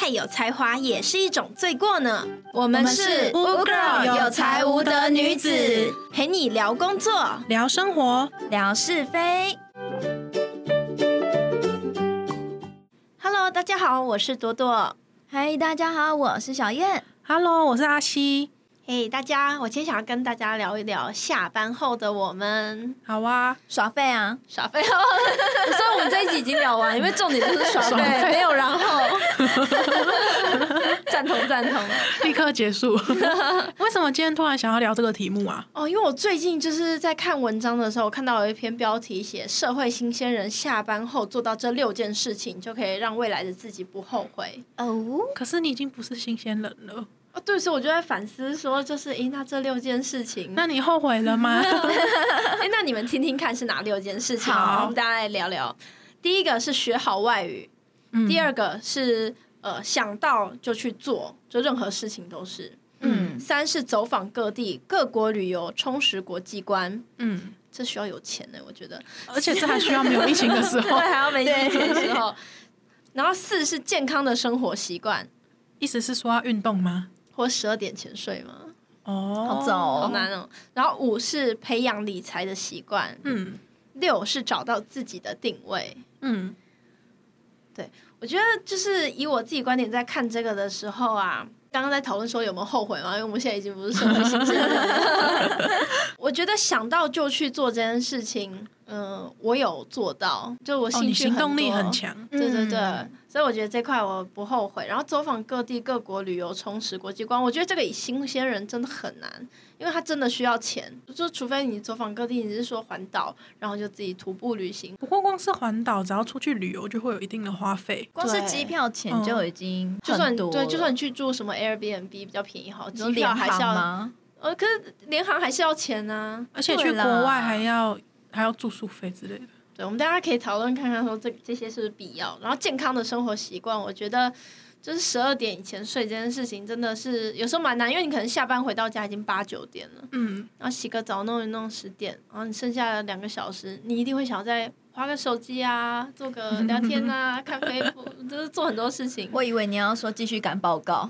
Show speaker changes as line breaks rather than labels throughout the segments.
再哎有才华也是一种罪过呢。我
们是 Wu Girl 有才无德女子
陪你聊工作、
聊生活，
聊是非。Hello，大家好，我是朵朵。
嗨，大家好，我是小燕。
Hello，我是阿西。
嘿、大家，我今天想要跟大家聊一聊下班后的我们
好啊，
耍废啊！
耍废 后。所以我们这一集已经聊完，因为重点就是耍
耍废
没有然后。 赞同赞同。
立刻结 束。为什么今天突然想要聊这个题目啊？
哦，因为我最近就是在看文章的时候，我看到有一篇标题写“社会新鲜人下班后做到这六件事情，就可以让未来的自己不后悔
哦，
可是你已经不是新鲜人了，”。
哦，对，所以我就在反思说，就是诶，那这六件事 情，
那你后悔了 吗？
诶，那你们听听看是哪六件事情？啊
好
我们大家来聊聊。第一个是学好外语，
嗯
第二个是呃想到就去做，就任何事情都是。
嗯
三是走访各地各国旅游，充实国际观。
嗯，
这需要有钱呢、我觉得。
而且这还需要没有疫情的时
对，
候。
还要没疫情的时候。然后四是健康的生活习惯，
意思是说要运动吗？
或十二点前睡吗？
哦，
好早哦
好难哦。然后五是培养理财的习惯，
嗯
六是找到自己的定位。
嗯
我觉得就是以我自己观点在看这个的时候啊，刚刚在讨论说有没有后悔嘛，因为我们现在已经不是社会新鲜人 了。我觉得想到就去做这件事情，嗯、我有做到，就我
哦，
兴
你
趣
行动力
多
很强。
对对对，
嗯
所以我觉得这块我不后悔。然后走访各地各国旅游，充实国际观，我觉得这个以新鲜人真的很难，因为他真的需要钱，就除非你走访各地，你是说环岛，然后就自己徒步旅行。
不过光是环岛，只要出去旅游就会有一定的花费。
光是机票钱就已经
嗯就算
很多了
对，就算你去住什么 Airbnb 比较便宜好，
你
机
说
票
联
还是
航
要，
吗？
呃，可是联航还是要钱啊呐、
而且去
对
国
啦
外还要还要住宿费之类的。
对，我们大家可以讨论看看，说这这些是不是必要。然后健康的生活习惯，我觉得就是十二点以前睡这件事情，真的是有时候蛮难，因为你可能下班回到家已经八九点了，
嗯，
然后洗个澡弄一弄十点，然后你剩下的两个小时，你一定会想要再划个手机啊，做个聊天啊，看 Facebook，就是做很多事情。
我以为你要说继续赶报告，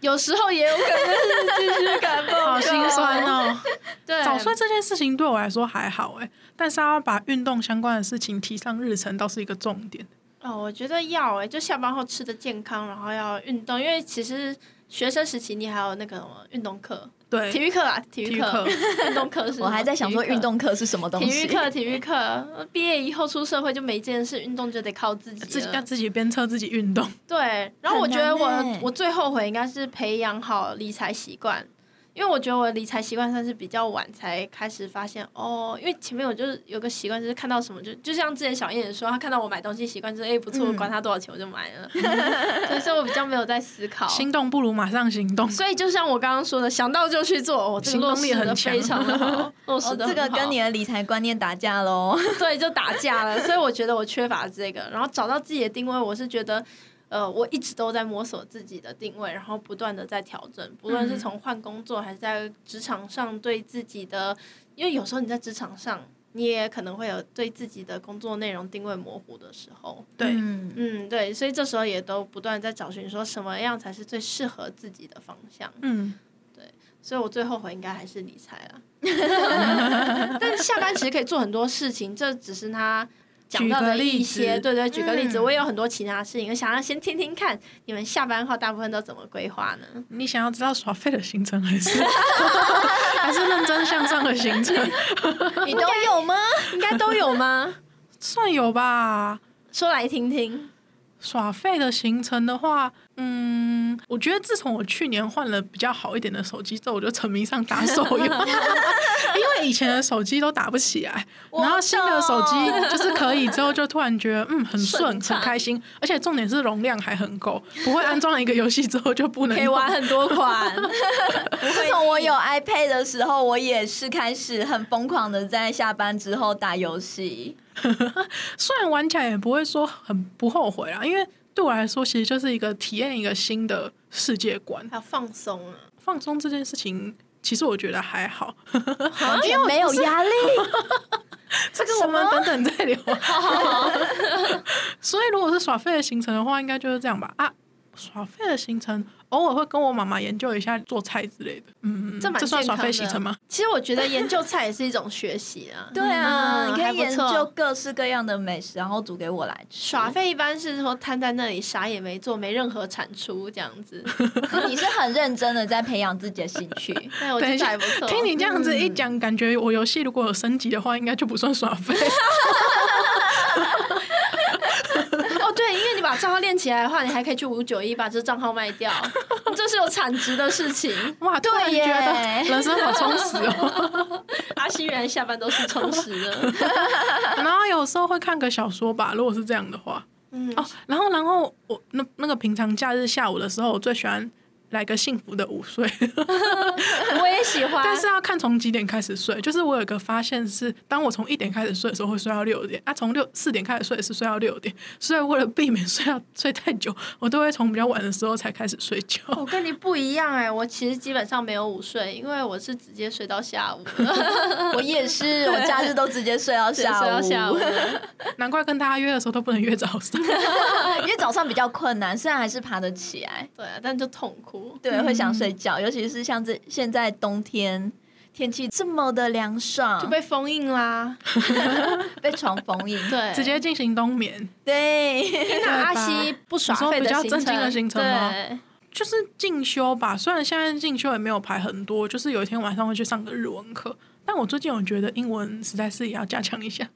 有时候也有可能是继续 感冒，
好心酸哦。
对，
早睡这件事情对我来说还好哎、但是要把运动相关的事情提上日程倒是一个重点。
哦，我觉得要哎、就下班后吃的健康，然后要运动，因为其实学生时期你还有那个什么运动课、体
对，
育课啊，体
体
育
育
课
课、
运动 课是什么。
我还在想说
体育课
运。动课是什么东西。
体育 课，体育课，呃毕业以后出社会就没这件事，运动就得靠自己了。
自己要自己鞭策自己运动。
哦对，然后我觉得我、
很难欸
我最后悔应该是培养好理财习惯，因为我觉得我的理财习惯算是比较晚才开始发现哦，因为前面我就是有个习惯，就是看到什么就就像之前小燕也说，她看到我买东西习惯就是哎、不错，
嗯
管它多少钱我就买 了，对，所以我比较没有在思考。
心动不如马上行动。
所以就像我刚刚说的，想到就去做，我、这个
行动
落实
力很
的
强
非常的好，落实
哦，
的、
这个跟你的理财观念打架喽。
对，就打架了。所以我觉得我缺乏这个，然后找到自己的定位，我是觉得，呃，我一直都在摸索自己的定位，然后不断的在调整，不论是从换工作，还是在职场上对自己的，因为有时候你在职场上。你也可能会有对自己的工作内容定位模糊的时候，
对，
嗯
嗯，对，所以这时候也都不断地在找寻说什么样才是最适合自己的方向。
嗯，
所以我最后悔应该还是理财啦。 但下班其实可以做很多事情，这只是他讲到的一些，
举个例子
对对，举个例子，
嗯
我也有很多其他事情，我想要先听听看你们下班后大部分都怎么规划呢？
你想要知道耍废的行 程还是还是认真向上的行程？
你都有吗？
应该都有吗？
算有吧。
说来听听。
耍废的行程的话，嗯，我觉得自从我去年换了比较好一点的手机之后，我就沉迷上打手 游，因为以前的手机都打不起来，然后新的手机就是可以之后，就突然觉得嗯很顺
顺畅
很开心，而且重点是容量还很 够，不会安装了一个游戏之后就不能
可
用
以玩很多 款，
自从我有 iPad 的时候，我也是开始很疯狂的在下班之后打游戏。
虽然玩起来也不会说很不后悔啦，因为对我来说其实就是一个体验一个新的世界观，
还有放松啊，
放松这件事情。其实我觉得还好，
完全没有压力。
这个我们等等 再聊。所以如果是耍废的行程的话，应该就是这样吧。啊，耍废的行程，偶尔会跟我妈妈研究一下做菜之类的。嗯，
这蛮
这算
健
耍
康
废行
的
程吗？
其实我觉得研究菜也是一种学习 啊。
对啊，
嗯
你可
还
以
不
研
错
究各式各样的美食，然后煮给我来 吃。
耍废一般是说瘫在那里啥也没做，没任何产出这样子。
可你是很认真的在培养自己的兴趣。
对，我觉
等
得
一下
哦还不错。
听你这样子一讲，感觉我游戏如果有升级的话，应该就不算 耍废。
哦，对，因为你把账号练起来的话，你还可以去五九一把这账号卖 掉，这是有产值的事情。
哇，突然
对耶
觉得人生好充实 哦。
阿西原来下班都是充实 的。
然后有时候会看个小说吧，如果是这样的话。
嗯，
哦，然后然后我那那个平常假日下午的时候，我最喜欢来个幸福的午睡，
我也喜欢。
但是要看从几点开始睡。就是我有一个发现是，当我从一点开始睡的时候，会睡到六点；啊，从六四点开始睡是睡到六点。所以为了避免睡到睡太久，我都会从比较晚的时候才开始睡觉。
我跟你不一样哎、我其实基本上没有午睡，因为我是直接睡到下午了，
我也是，我假日都直接睡到
直接
下午，
睡到下午了。
难怪跟大家约的时候都不能约早上。
因为早上比较困难，虽然还是爬得起来，
对啊，但就痛苦。
对，会想睡觉，尤其是像这现在冬天。天气这么的凉
就
爽，被
被封印啦，
被床封印，
对，
直接进行冬眠，
对，
那阿西不耍废的
你说比较正经的行
行
程吗
对，
就是进修吧。虽然现在进修也没有排很多，就是有一天晚上会去上个日文课。但我最近我觉得英文实在是也要加强一下。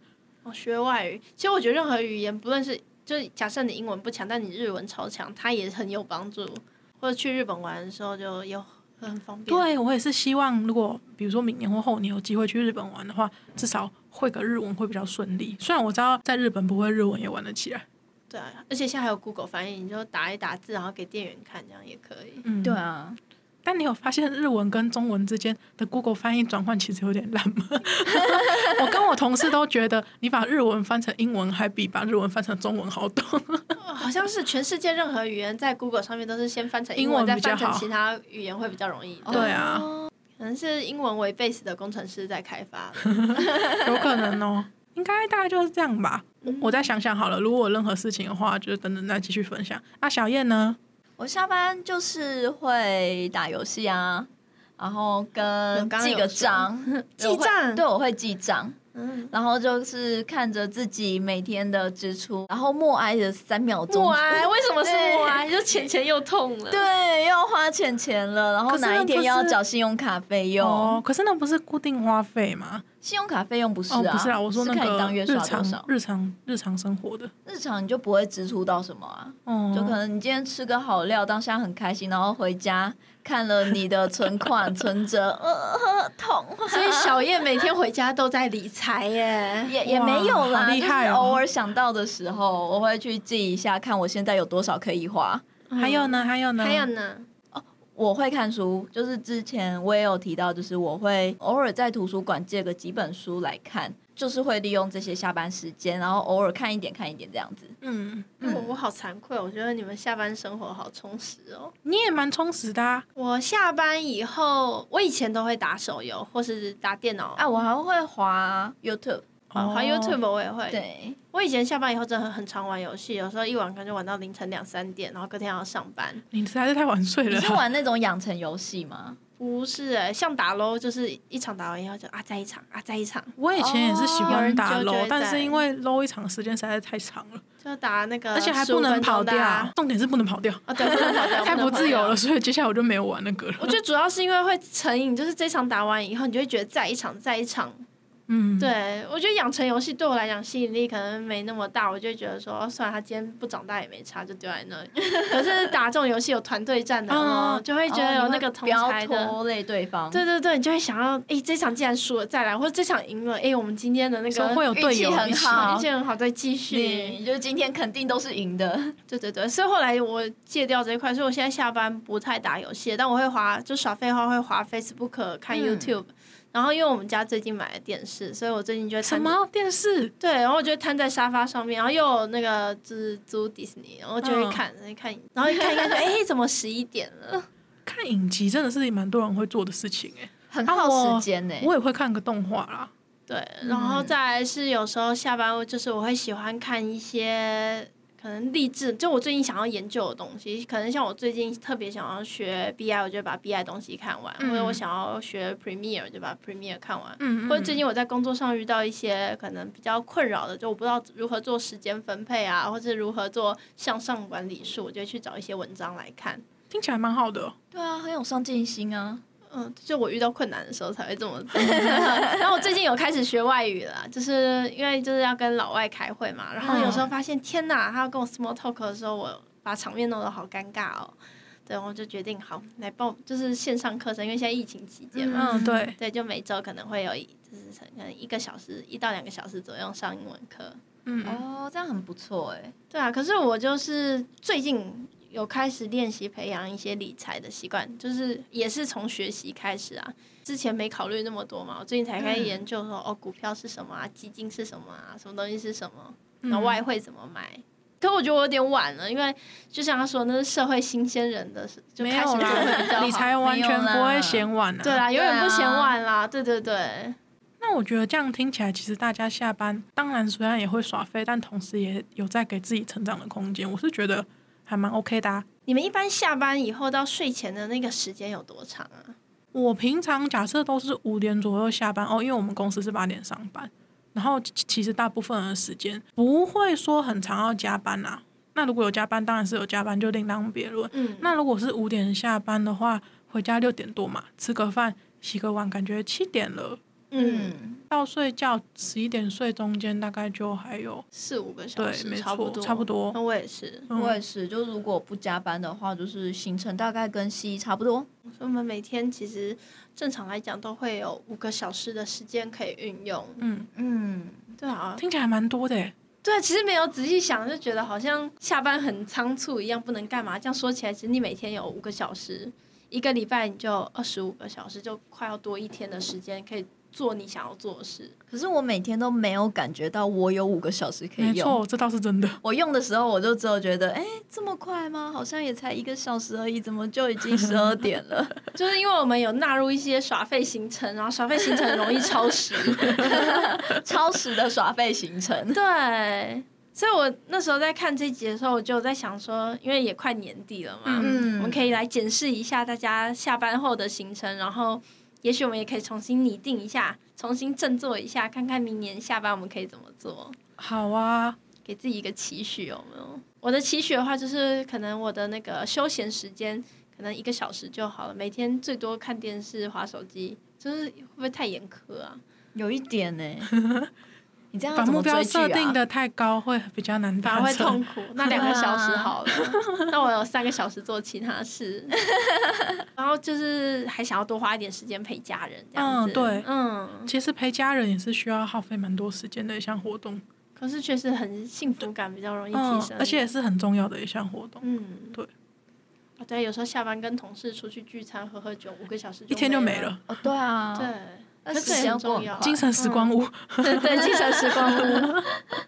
我哦学外语，其实我觉得任何语言，不论是就是假设你英文不强，但你日文超强，它也很有帮助。或者去日本玩的时候就有很方便。，
对我也是希望，如果比如说明年或后年有机会去日本玩的话，至少会个日文会比较顺利。虽然我知道在日本不会日文也玩得起来。
对啊，而且现在还有 Google 翻译，你就打一打字，然后给店员看，这样也可以。
嗯，
对。啊，
但你有发现日文跟中文之间的 Google 翻译转换其实有点烂吗？我跟我同事都觉得，你把日文翻成英文，还比把日文翻成中文好懂。
哦好像是全世界任何语言在 Google 上面都是先翻成
英
英
文
再
比较
翻成
好
其他语言会比较容易。
对啊，
可能是英文为 base 的工程师在开发 的。
有可能哦，应该大概就是这样吧。我我再想想好了，如果有任何事情的话，就是等等再继续分享。那小燕呢？
我下班就是会打游戏啊，然后跟
刚刚
记
有
个
说
账，
记账
对，我会记账，
嗯，
然后就是看着自己每天的支出，然后默哀的三秒钟，
默哀为什么是
对
默哀？就钱钱又痛了。
对，又要花钱钱了，然后
可是
哪
那
一天
不
又要
是
缴信用卡费用？
哦，可是那不是固定花费吗？
信用卡费用不是啊，
哦，不是啊，我说
是
那
看你
个
当月
日
刷多
常
少，
日常日常生活的。
日常你就不会支出到什么啊。
哦，
就可能你今天吃个好料，当下很开心，然后回家看了你的存 款存折，呃，痛，
所以小叶每天回家都在理财 耶。
也也没有
好
啦，
厉
就是
害哦
偶尔想到的时候，我会去记一下，看我现在有多少可以花。
还有呢，还有呢，
还有呢？
我会看书，就是之前我也有提到，就是我会偶尔在图书馆借个几本书来看，就是会利用这些下班时间，然后偶尔看一点看一点这样子。
嗯，
我、我好惭愧，哦我觉得你们下班生活好充实哦。
你也蛮充实的、啊。
我下班以后，我以前都会打手游或是打电脑，
啊，我还会滑 YouTube，
哦
玩、玩 YouTube 我也会。
对，
我以前下班以后真的很常玩游戏，有时候一玩可能就玩到凌晨两三点，然后隔天还要上班。
你实在是太晚睡
你
了啊
是。玩那种养成游戏吗？
不是哎、像打 LO 就是一场打完以后就啊再一场啊再一场，
我以前也是喜欢打
哦有人就
low，、
就会
但是
在
因为 low 一场时间实在是太长了，
就打那个
而且还不
15
能
分钟
跑
的
掉，
啊，
重点是不能跑掉，
哦对，不能跑 掉，
太
能
不
跑
自由
掉
了，。所以接下来我就没有玩那个了。
我觉得主要是因为会成瘾，就是这场打完以后，你就会觉得再一场再一场。
嗯，
对我觉得养成游戏对我来讲吸引力可能没那么大，我就会觉得说，哦算了，他今天不长大也没差，就丢在那里。 可是打这种游戏有团队战的，
嗯
哦，就会觉得
哦
有
你
那个
不
同
要
才的。
拖累对方。
对对对，你就会想要，诶，这场既然输了再来，或者这场赢了，诶，我们今天的那
所
个
以会有
运
队
气
友
很
一起
好
运气很好，再继续。
你就是今天肯定都是赢的，
对对对，所以后来我戒掉这一块，所以我现在下班不太打游戏，但我会滑，就耍废的话会滑 Facebook 看
嗯
YouTube，、然后因为我们家最近买了电视，所以我最近就会
什
看
么电视？
对，然后我就会瘫在沙发上面，然后又有那个就是租迪士尼，然后就会看，然后看，然后一看一看就，哎，怎么十一点了？
看影集真的是蛮多人会做的事情哎、
很
啊
耗
我
时间呢、
我也会看个动画啦，嗯
对，然后再来是有时候下班，就是我会喜欢看一些可能励志，就我最近想要研究的东西，可能像我最近特别想要学 BI，我就把 BI 东西看完，
嗯
或者我想要学 Premiere，就把 Premiere 看完。
嗯，嗯
或者最近我在工作上遇到一些可能比较困扰的，就我不知道如何做时间分配啊，或者如何做向上管理术，我就会去找一些文章来看。
听起来蛮好的。哦
对啊，很有上进心啊。
嗯，就我遇到困难的时候才会这么做。 然后我最近有开始学外语了，就是因为就是要跟老外开会嘛，然后有时候发现天哪，他要跟我 small talk 的时候，我把场面弄得好尴尬哦。对，我就决定好来报，就是线上课程，因为现在疫情期间嘛，
嗯，对，
对，就每周可能会有一，就是可能一个小时一到两个小时左右上英文课。
嗯，
哦，这样很不错哎、
对啊，可是我就是最近有开始练习培养一些理财的习惯，就是也是从学习开始啊。之前没考虑那么多嘛，我最近才开始研究说，哦，股票是什么啊，基金是什么啊，什么东西是什么，
嗯
然后外汇怎么买。可我觉得我有点晚了，因为就像他说，那是社会新鲜人的事，就
没
开始
有
做会比较
啦，
好
理财完全不会嫌晚啊。
对啦，永远不嫌
对啊
晚啦，对对对。
那我觉得这样听起来，其实大家下班当然虽然也会耍废，但同时也有在给自己成长的空间。我是觉得还蛮 OK 的、啊。
你们一般下班以后到睡前的那个时间有多长啊？
我平常假设都是五点左右下班哦，因为我们公司是八点上班，然后其其实大部分的时间不会说很常要加班啦、那如果有加班，当然是有加班，就另当别论。
嗯，
那如果是五点下班的话，回家六点多嘛，吃个饭，洗个碗，感觉七点了，
嗯，
到睡觉十一点睡中间大概就还有
四五个小
对，
时，
没
差不
错，
多，
差不。多
那。我也是，
嗯
我也是，就如果不加班的话，就是行程大概跟西医差不多。
所以我们每天其实正常来讲都会有五个小时的时间可以运用。
嗯，
嗯，
对啊，
听起来蛮多的耶。
对，其实没有仔细想，就觉得好像下班很仓促一样，不能干嘛。这样说起来，其实你每天有五个小时，一个礼拜你就二十五个小时，就快要多一天的时间可以做你想要做的事。
可是我每天都没有感觉到我有五个小时可
没
以用。
错，这倒是 真的。
我用的时候，我就只有觉得，哎、这么快吗？好像也才一个小时而已，怎么就已经十二点 了？
就是因为我们有纳入一些耍废行程，然后耍废行程容易超时。
超时的耍废行程。
对，所以我那时候在看这集的时候，我就在想说，因为也快年底了嘛，
嗯
我们可以来检视一下大家下班后的行程，然后也许我们也可以重新拟定一下，重新振作一下，看看明年下班我们可以怎么做，
好啊，
给自己一个期许有没有？我的期许的话，就是可能我的那个休闲时间可能一个小时就好了，每天最多看电视、划手机，就是会不会太严苛啊？
有一点呢、 你这样要
把
怎
目
么追
标
剧啊
设定的太高会比较难
反而
达
会
成
痛。苦。 啊那两个小时好了，那我有三个小时做其他事， 然后就是还想要多花一点时间陪家人这样子。
嗯对
嗯，
其实陪家人也是需要耗费蛮多时间的一项活动，
可是确实很幸福感比较容易
嗯
提升，，
而且也是很重要的一项活动，
嗯，
对。
啊，对，有时候下班跟同事出去聚餐喝喝酒，五个小时
一天就没
了。
了，
哦，对啊，
对，，
那
可是
时
也
间
很
过
重
很
要啊，
快
精神时光屋。
嗯对对，精神时光屋。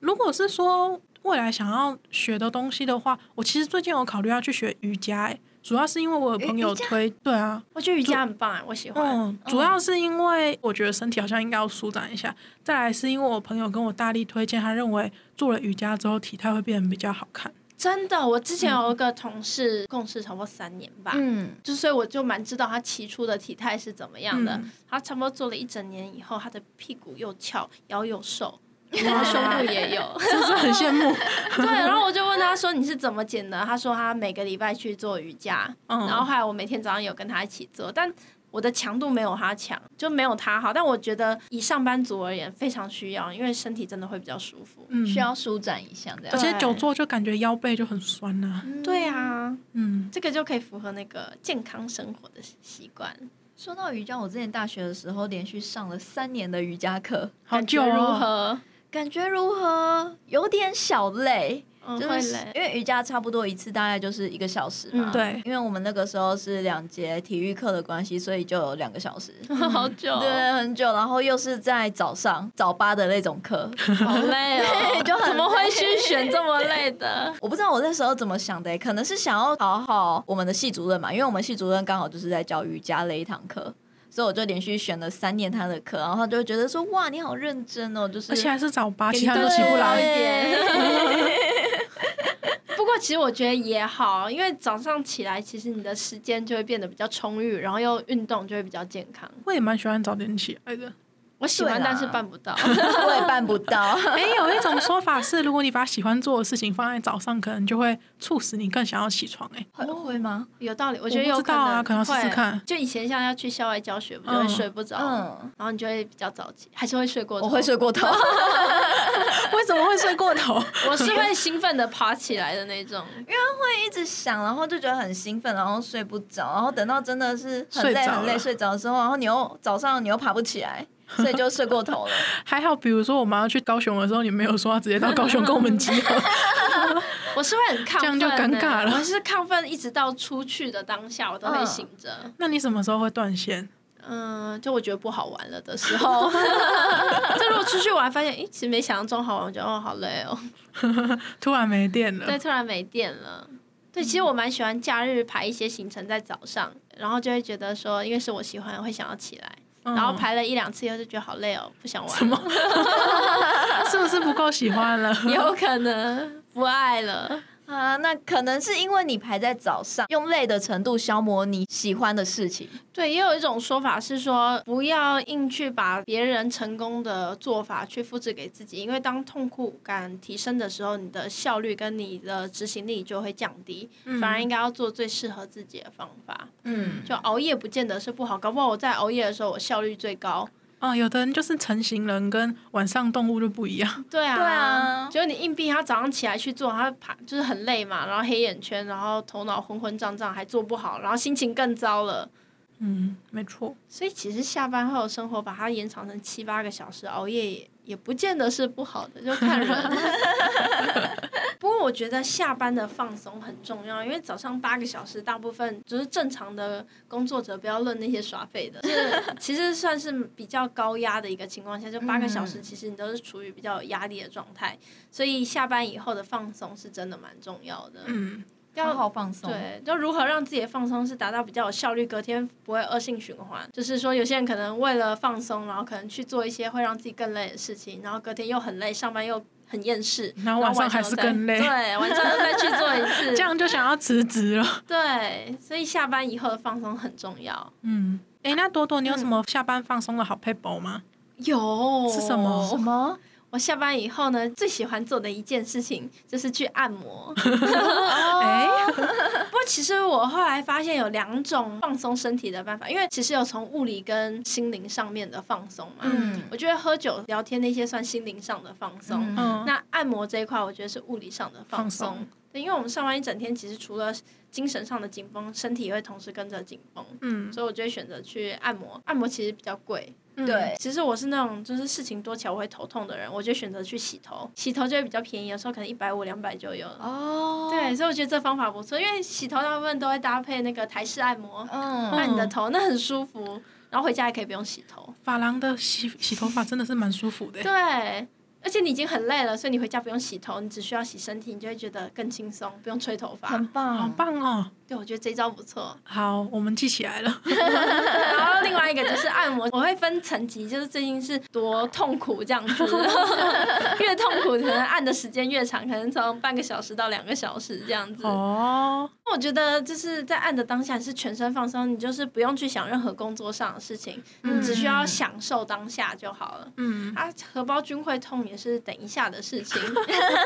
如果是说未来想要学的东西的话，我其实最近有考虑要去学瑜伽、欸，主要是因为我有朋友
瑜伽
推，对啊，
我觉得瑜伽很棒，欸我喜欢。
嗯，主要是因为我觉得身体好像应该要舒展一下，再来是因为我朋友跟我大力推荐，他认为做了瑜伽之后体态会变得比较好看。
真的，我之前有一个同事共事差不多三年吧，
嗯，
就所以我就蛮知道他起初的体态是怎么样的。
嗯
他差不多做了一整年以后，他的屁股又翘，腰又瘦， 然后胸部也有。
是不嗯是很羡慕？
对，然后我就问他说你是怎么减的？他说他每个礼拜去做瑜伽，
嗯，
然后后来我每天早上有跟他一起做，但。我的强度没有他强，就没有他好，但我觉得以上班族而言非常需要，因为身体真的会比较舒服。
嗯
需要舒展一下这
而
样。
且
对
久坐就感觉腰背就很酸呐、
对啊，
嗯，
这个就可以符合那个健康生活的习惯。
嗯说到瑜伽，我之前大学的时候连续上了三年的瑜伽课，
好
感觉
久
如
哦。
何？
感觉如何？有点小累，
嗯，
就
会
是
累。
因为瑜伽差不多一次大概就是一个小时嘛。
嗯
对
因为我们那个时候是两节体育课的关系，所以就有两个小时。
好久哦，
对，很久，然后又是在早上早八的那种课，
好累哦，
就很
怎么会去选这么累的？
我不知道我那时候怎么想的、欸可能是想要讨好我们的系主任嘛，因为我们系主任刚好就是在教瑜伽那一堂课，所以我就连续选了三年他的课，然后他就会觉得说哇你好认真哦，就是
而且还是早八，
给
其
你
他
多
都起不
勤劳一
来。
点。过其实我觉得也好，因为早上起来，其实你的时间就会变得比较充裕，然后又运动就会比较健康。
我也蛮喜欢早点起哎 来的。
我喜
对
欢，
啦
但是办不 到。
我也办不到。
哎、有一种说法是，如果你把喜欢做的事情放在早上，可能就会促使你更想要起床、哎，
会会吗？
有道理，我觉得
我
有
不知道啊
能，
可能要试
会
试看
就以前像要去校外教学，不就会
嗯
睡不着，
嗯，
然后你就会比较早起，还是会睡过头。
我会，睡过头。
为什么会睡过头？
我是会兴奋的爬起来的那种。
一直想，然后就觉得很兴奋，然后睡不着，然后等到真的是很
睡
累
着
很累
了
睡着的时候，然后你又早上你又爬不 起来，所以就睡过头了。
还好，比如说我们要去高雄的时候，你没有说要直接到高雄跟我们集合，
我是会很亢奋、
这
欸，
样就尴尬了
我是亢奋，一直到出去的当下，我都会
嗯
醒着。
那你什么时候会断线？
嗯就我觉得不好玩了的时候， 就如果出去玩，发现诶，其实没想象中好玩，我觉得哦好累哦。
突然没电
对，
了，
突然没电了。对，其实我蛮喜欢假日排一些行程在早上，然后就会觉得说，因为是我喜欢，会想要起来。
嗯
然后排了一两次以后就觉得好累哦，不想玩，
什么？ 是不是不够喜欢了？
有可能不爱了。
啊，那可能是因为你排在早上，用累的程度消磨你喜欢的事情。
对，也有一种说法是说，不要硬去把别人成功的做法去复制给自己，因为当痛苦感提升的时候，你的效率跟你的执行力就会降低，反而应该要做最适合自己的方法。
嗯，
就熬夜不见得是不好，搞不好我在熬夜的时候我效率最高。
啊、有的人就是成型人跟晚上动物就不 一样，
对啊，
对啊
就是你硬逼他早上起来去做，他爬就是很累嘛，然后黑眼圈，然后头脑昏昏胀胀，还做不好，然后心情更糟了。
嗯，没错。
所以其实下班后的生活把它延长成七八个小时，熬夜也也不见得是不好的，就看人。不过我觉得下班的放松很重要，因为早上八个小时，大部分就是正常的工作者，不要论那些耍废的，就是其实算是比较高压的一个情况下，就八个小时，
嗯
其实你都是处于比较有压力的状态，所以下班以后的放松是真的蛮重要的。
嗯，
要好放松。
对，就如何让自己的放松是达到比较有效率，隔天不会恶性循环。就是说，有些人可能为了放松，然后可能去做一些会让自己更累的事情，然后隔天又很累，上班又很厌 世，
然后晚上还是更累
又再对，晚上又再去做一 次。
这样就想要辞 职了。
对，所以下班以后的放松很重要。
嗯，哎、那多多，你有什么下班放松的好 p a p e 吗？
有
是什么
什么？
我下班以后呢，最喜欢做的一件事情就是去按摩。
哦
哎、
不过其实我后来发现有两种放松身体的办法，因为其实有从物理跟心灵上面的放松嘛。
嗯
我觉得喝酒、聊天那些算心灵上的放松，
嗯
嗯，
那按摩这一块我觉得是物理上的放松。
放松
对，因为我们上班一整天，其实除了精神上的紧绷，身体也会同时跟着紧绷。
嗯，
所以我就会选择去按摩，按摩其实比较贵。
嗯，
对，
其实我是那种就是事情多起来我会头痛的人，我就选择去洗头，洗头就会比较便宜，有时候可能一百五、两百就有了。
哦，
对，，所以我觉得这方法不错，因为洗头大部分都会搭配那个台式按摩，
嗯，
按你的头，那很舒服。然后回家也可以不用洗头。
发廊的洗洗头发真的是蛮舒服的、
对，而且你已经很累了，所以你回家不用洗头，你只需要洗身体，你就会觉得更轻松，不用吹头发
很。棒，
好。棒哦！。
对，我觉得这招不错
好，我们记起来了。
然后另外一个就是按摩，我会分层级，就是最近是多痛苦这样子， 越痛苦可能按的时间越长，可能从半个小时到两个小时这样子。
哦，
我觉得就是在按的当下是全身放松，你就是不用去想任何工作上的事情，
嗯
你只需要享受当下就好了。
嗯，
啊，荷包君会痛也是等一下的事 情，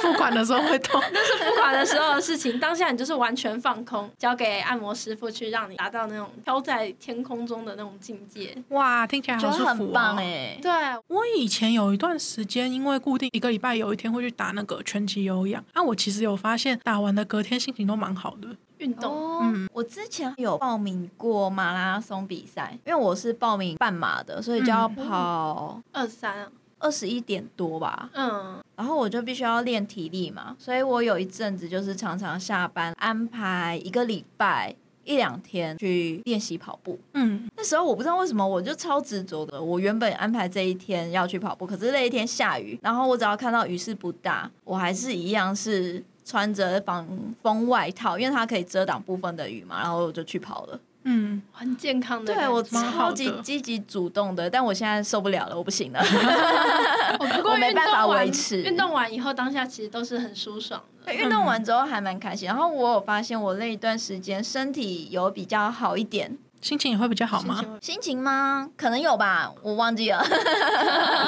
付款的时候会痛。
付款的时候的事情，当下你就是完全放空，交给按摩师傅去让你达到那种飘在天空中的那种境界。
哇，听起来
觉
好
得
舒服
很棒
哦！
哎、
对，啊
我以前有一段时间，因为固定一个礼拜有一天会去打那个拳击有氧，啊，我其实有发现打完的隔天心情都蛮好的。
运动。
哦
嗯
我之前有报名过马拉松比赛，因为我是报名半马的，所以就要
嗯
跑
二三啊，
二十一点多吧。
嗯，
然后我就必须要练体力嘛，所以我有一阵子就是常常下班安排一个礼拜一两天去练习跑步。
嗯，
那时候我不知道为什么，我就超执着的。我原本安排这一天要去跑步，可是那一天下雨，然后我只要看到雨势不大，我还是一样是穿着防风外套，因为它可以遮挡部分的雨嘛，然后我就去跑了。
嗯，
很健康的感
对
觉。
我
蛮好
超
的
级积极主动的，但我现在受不了了，我不行了。
我不过
我没
运
办
动
法法
完
维持
运动完以后，当下其实都是很舒爽的。
运动完之后还蛮开心，然后我有发现我那一段时间身体有比较好一点，
心情也会比较好吗？
心情吗？可能有吧，我忘记了。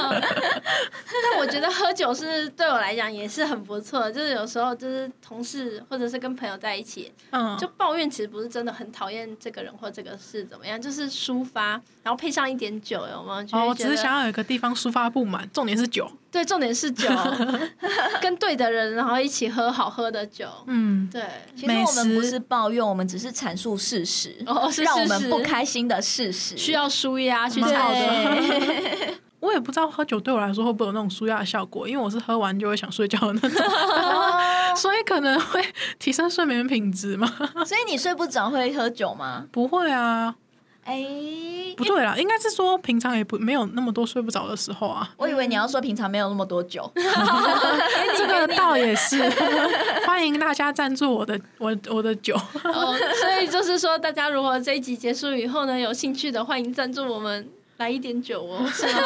但我觉得喝酒是对我来讲也是很不错的，就是有时候就是同事或者是跟朋友在一起，
嗯，
就抱怨其实不是真的很讨厌这个人或这个事怎么样，就是抒发，然后配上一点酒，有没有？就
哦，
会
我
觉
只
得
是想要有一个地方抒发不满，重点是酒。
对，重点 是酒，跟对的人，然后一起喝好喝的酒。
嗯，
对，
其实我们
美食
不是抱怨，我们只是阐述事实，
哦，是
让我
事
们
实
不开心的事实。
需要舒压去
蛮
吵
好
的。
对，
我也不知道喝酒对我来说会不会有那种舒压的效果，因为我是喝完就会想睡觉的那种， 所以可能会提升睡眠品质嘛？
所以你睡不着会喝酒吗？
不会啊，
哎、
不对啦，应该是说平常也不没有那么多睡不着的时候啊。
我以为你要说平常没有那么多酒，
这个倒也是，欢迎大家赞助我的我我的酒。
哦，所以就是说，大家如果这一集结束以后呢，有兴趣的欢迎赞助我们来一点酒 哦，是吗？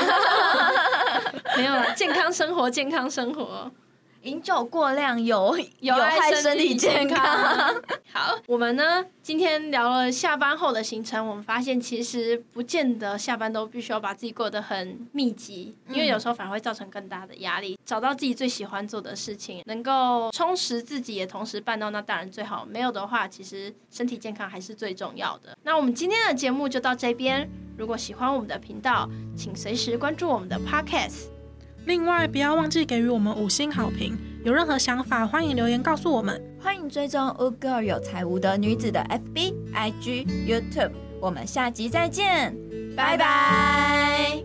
没有啦，健康生活，健康生活，
饮酒过量有
有
害
爱
身
体
体健康。。
好，我们呢今天聊了下班后的行程，我们发现其实不见得下班都必须要把自己过得很密集，因为有时候反而会造成更大的压力。找到自己最喜欢做的事情，能够充实自己，也同时办到，那当然最好。没有的话，其实身体健康还是最重要的。那我们今天的节目就到这边。如果喜欢我们的频道，请随时关注我们的 Podcast。
另外，不要忘记给予我们五星好评。有任何想法，欢迎留言告诉我们。
欢迎追踪 o Girl 有才无德女子的 FB、IG、YouTube，我们下集再见，拜拜